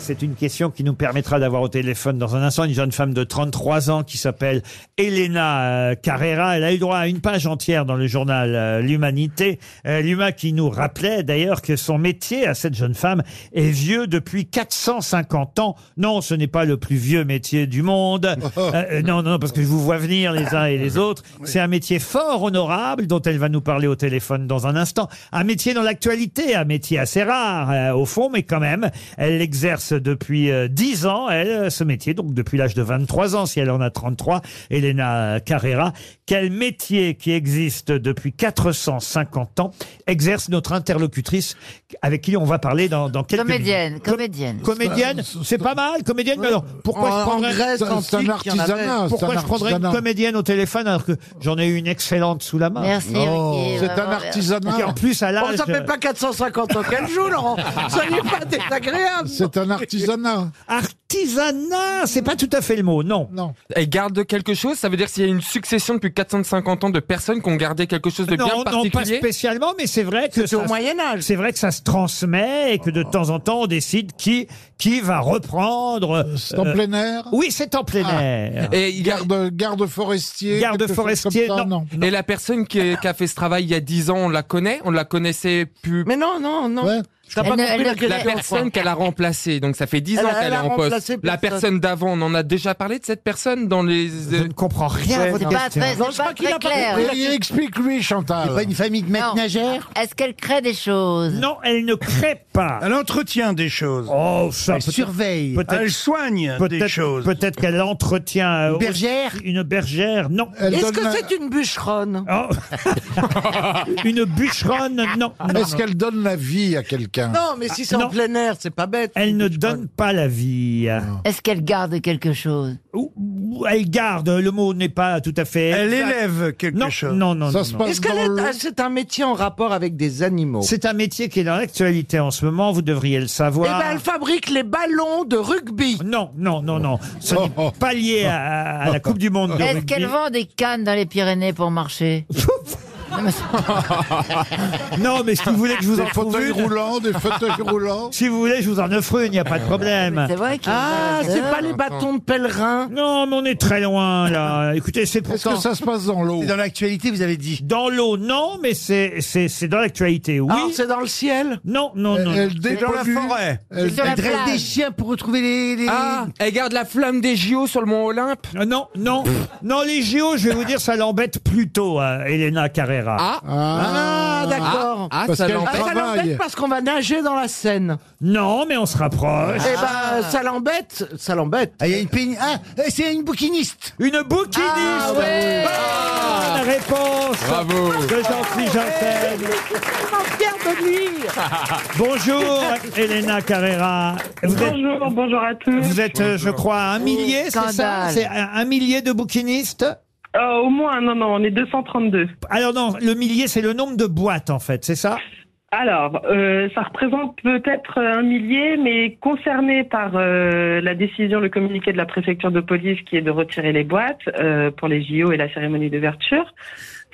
C'est une question qui nous permettra d'avoir au téléphone dans un instant une jeune femme de 33 ans qui s'appelle Elena euh, Carrera. Elle a eu droit à une page entière dans le journal euh, L'Humanité. Euh, L'Huma qui nous rappelait d'ailleurs que son métier à cette jeune femme est vieux depuis 450 ans. Non, ce n'est pas le plus vieux métier du monde. Euh, non, non, parce que je vous vois venir les uns et les autres. C'est un métier fort honorable dont elle va nous parler au téléphone dans un instant. Un métier dans l'actualité, un métier assez rare euh, au fond, mais quand même, elle l'exerce depuis euh, 10 ans, elle, euh, ce métier, donc depuis l'âge de 23 ans, si elle en a 33, Elena Carrera. Quel métier qui existe depuis 450 ans exerce notre interlocutrice avec qui on va parler dans, dans quelques Comédienne, minutes. Com- comédienne. Comédienne, c'est pas mal, comédienne, mais alors, pourquoi En- je en prendrais... Grèce, Pourquoi antique, il y en Ah, avait. je prendrais une comédienne au téléphone alors que j'en ai eu une excellente sous la main Merci, Euh, Ruquier, C'est vraiment, un Qui merci. en artisanat. plus à l'âge... Oh, ça fait pas 450 ans qu'elle joue, Laurent. Ça n'est pas désagréable. C'est un artisanat. Artisanat, c'est pas tout à fait le mot, non. Non. Elle garde quelque chose Ça veut dire s'il y a une succession depuis 450 ans de personnes qui ont gardé quelque chose de bien Non, non, pas particulier spécialement, mais c'est vrai que C'était ça, au Moyen-Âge. c'est vrai que ça se transmet et que de temps en temps on décide qui qui va reprendre. C'est en euh, plein air. Oui, c'est en plein Ah. air. Et il y a- Garde, garde forestier. Garde quelque chose forestier, comme ça, non. Et la personne qui, est- qui a fait ce travail il y a 10 ans, on la connaît On la connaissait plus Mais non, non, non. Ouais. T'as pas Elle ne- compris elle ne- la question, La quoi. personne qu'elle a remplacée, donc ça fait 10 Elle ans a- elle qu'elle est a en poste. remplacé La personne. personne d'avant, on en a déjà parlé de cette personne dans les... euh, Je ne comprends rien à Ouais, votre C'est pas question. très, Non, c'est je pas crois qu'il très a pas clair. compris. Et Explique-lui, Chantal. famille de Non. Est-ce qu'elle crée des choses Non, elle ne crée pas. Elle entretient des choses. Oh, ça peut-être- surveille. peut-être Elle soigne des peut-être choses. peut-être qu'elle entretient euh, bergère une bergère. Non. Elle Est-ce donne que la- c'est une Ah. bûcheronne Oh. une bûcheronne. Non. non. Est-ce qu'elle donne la vie à quelqu'un Non, mais si c'est Non. en plein air, c'est pas bête. Elle une ne bûcheronne. donne pas la vie. Ah. Est-ce qu'elle garde quelque chose Ou- ou Elle garde. Le mot n'est pas tout à fait. Elle exact. élève quelque Non, chose. non, non. Ça non, se non. passe Est-ce qu'elle dans est- le- ah, C'est un métier en rapport avec des animaux. C'est un métier qui est dans l'actualité en ce moment, vous devriez le Eh savoir. ben, elle fabrique les ballons de rugby. Non, non, non, non. Ce Oh, n'est pas lié à, à la Coupe du Monde. de Est-ce rugby. qu'elle vend des cannes dans les Pyrénées pour marcher Non, mais c'est- Non, mais si vous voulez que je vous en Des trouve fauteuils une, roulants, des fauteuils roulants. si vous voulez, je vous en offre une, il n'y a pas de problème. C'est vrai qu'elle Ah, vend des c'est cannes. pas les bâtons de pèlerin. Non, mais on est très loin, là. Écoutez, c'est Est-ce que pourtant... ça se passe dans l'eau Dans l'actualité, vous avez dit. Dans l'eau, non, mais c'est c'est- c'est dans l'actualité, oui. Ah, c'est dans le ciel. non, non, non. Elle C'est dans la dépollue. forêt. Elle- Sur la Elle dresse plage. des chiens pour retrouver les. les- Ah, elle garde la flamme des JO sur le mont Olympe Euh, Non, non, non, les JO, je vais vous dire, ça l'embête plutôt, euh, Elena Carrera. Ah, Ah, d'accord. ah, Parce ça qu'elle- l'en- Ah, ça travaille. l'embête parce qu'on va nager dans la Seine. Non, mais on se rapproche. Eh ben, ça l'embête. Ça l'embête. Ah, il y a une peigne. Ah, c'est une bouquiniste. Une bouquiniste ouais. Bonne réponse Bravo. de Jean-Philippe Janssen. Bonjour Elena Carrera. Vous êtes, Bonjour, bonjour à tous. vous êtes, euh, je crois, un millier, c'est ça Scandale. C'est un, un millier de bouquinistes Euh, au moins, non, non, on est 232. Alors non, le millier, c'est le nombre de boîtes en fait, c'est ça Alors, euh, ça représente peut-être un millier, mais concerné par euh, la décision, le communiqué de la préfecture de police qui est de retirer les boîtes euh, pour les JO et la cérémonie d'ouverture,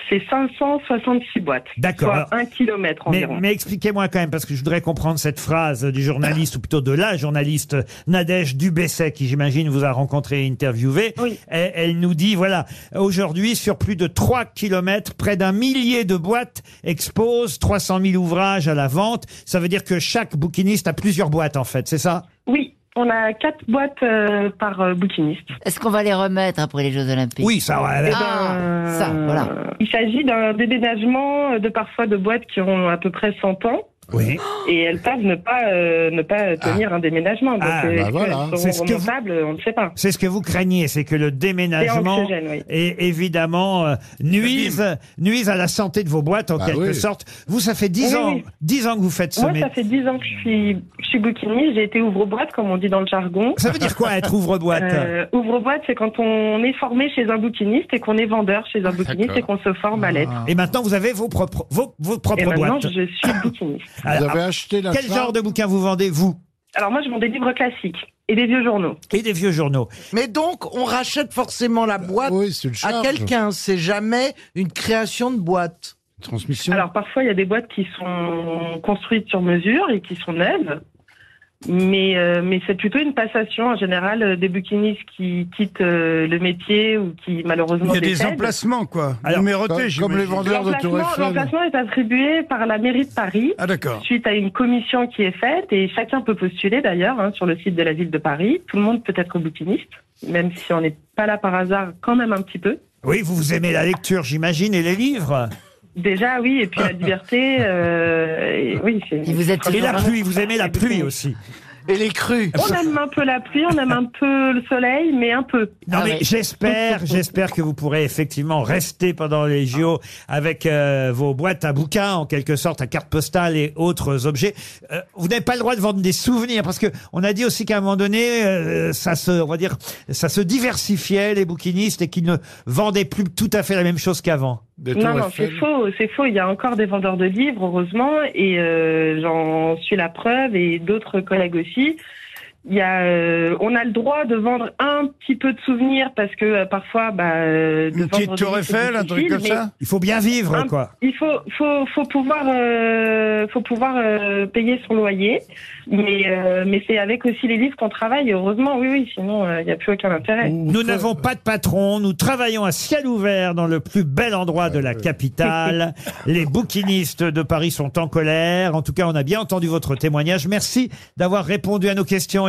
c'est 566 boîtes. D'accord. Soit un kilomètre Mais, environ. mais expliquez-moi quand même, parce que je voudrais comprendre cette phrase du journaliste, ou plutôt de la journaliste Nadège Dubesset, qui j'imagine vous a rencontré et interviewé. Oui. Elle, elle nous dit, voilà, aujourd'hui, sur plus de 3 kilomètres, près d'un millier de boîtes exposent 300 000 ouvrages à la vente. Ça veut dire que chaque bouquiniste a plusieurs boîtes, en fait, c'est ça Oui, on a quatre boîtes euh, par euh, bouquiniste. Est-ce qu'on va les remettre après les Jeux Olympiques Oui, ça, ouais, Eh elle- ben, Ah, ça, voilà. Il s'agit d'un déménagement euh, de parfois de boîtes qui ont à peu près 100 ans. oui. Et elles peuvent ne pas, euh, ne pas tenir un déménagement. Donc, Ah, euh, bah est-ce voilà. qu'elles seront C'est ce que vous- remontables On ne sait pas. C'est ce que vous craignez, c'est que le C'est déménagement anxiogène, oui. et évidemment euh, nuisent nuisent à la santé de vos boîtes en Bah quelque oui. sorte. Vous ça fait 10 Oui, ans oui. 10 ans que vous faites ce Moi, ça métier. fait 10 ans que je suis, je suis bouquiniste. J'ai été ouvre-boîte, comme on dit dans le jargon. Ça veut dire quoi être ouvre-boîte Euh, ouvre-boîte, c'est quand on est formé chez un bouquiniste et qu'on est vendeur chez un bouquiniste et qu'on se forme Ah, à l'être. Et maintenant vous avez vos propres vos, vos Et propres maintenant, boîtes. Eh ben je suis bouquiniste. Vous Alors, avez acheté la quel charte genre de bouquins vous vendez vous Alors, moi, je vends des livres classiques et des vieux journaux. et des vieux journaux. Mais donc, on rachète forcément la Euh, boîte Oui, c'est une à charge. quelqu'un. C'est jamais une création de boîte. Transmission. Alors parfois, il y a des boîtes qui sont construites sur mesure et qui sont neuves. Mais, euh, mais c'est plutôt une passation en général euh, des bouquinistes qui quittent euh, le métier ou qui malheureusement Il y a des décèdent. emplacements, quoi. Alors, Numérotés, Comme, comme les j'imagine. vendeurs de Tour L'emplacement Eiffel. l'emplacement est attribué par la mairie de Paris Ah, d'accord. suite à une commission qui est faite et chacun peut postuler d'ailleurs hein, sur le site de la ville de Paris. Tout le monde peut être bouquiniste, même si on n'est pas là par hasard, quand même un petit peu. Oui, vous, vous aimez la lecture, j'imagine, et les livres. Déjà oui, et puis la liberté. Euh, et oui, c'est- Et vous êtes Et la Vraiment. pluie, vous Ah, aimez la pluie aussi. Et les crues. On aime un peu la pluie, on aime un peu le soleil, mais un peu. Non Ah mais ouais. j'espère, j'espère que vous pourrez effectivement rester pendant les JO avec euh, vos boîtes à bouquins en quelque sorte, à cartes postales et autres objets. Euh, vous n'avez pas le droit de vendre des souvenirs parce que on a dit aussi qu'à un moment donné, euh, ça se, on va dire, ça se diversifiait les bouquinistes et qu'ils ne vendaient plus tout à fait la même chose qu'avant. Des Non, Tour non, c'est Eiffel. faux, c'est faux. Il y a encore des vendeurs de livres, heureusement, et euh, j'en suis la preuve, et d'autres collègues aussi. Il y a, euh, on a le droit de vendre un petit peu de souvenirs parce que euh, parfois, bah, euh, de Une petite vendre des tour livres, c'est Eiffel, un truc difficile, comme mais ça Il faut bien vivre Un- quoi. Il faut, faut, faut pouvoir, euh, faut pouvoir euh, payer son loyer, mais, euh, mais c'est avec aussi les livres qu'on travaille. Heureusement, oui, oui. Sinon, euh, il n'y a plus aucun intérêt. Nous n'avons pas de patron, nous travaillons à ciel ouvert dans le plus bel endroit de la capitale. Les bouquinistes de Paris sont en colère. En tout cas, on a bien entendu votre témoignage. Merci d'avoir répondu à nos questions,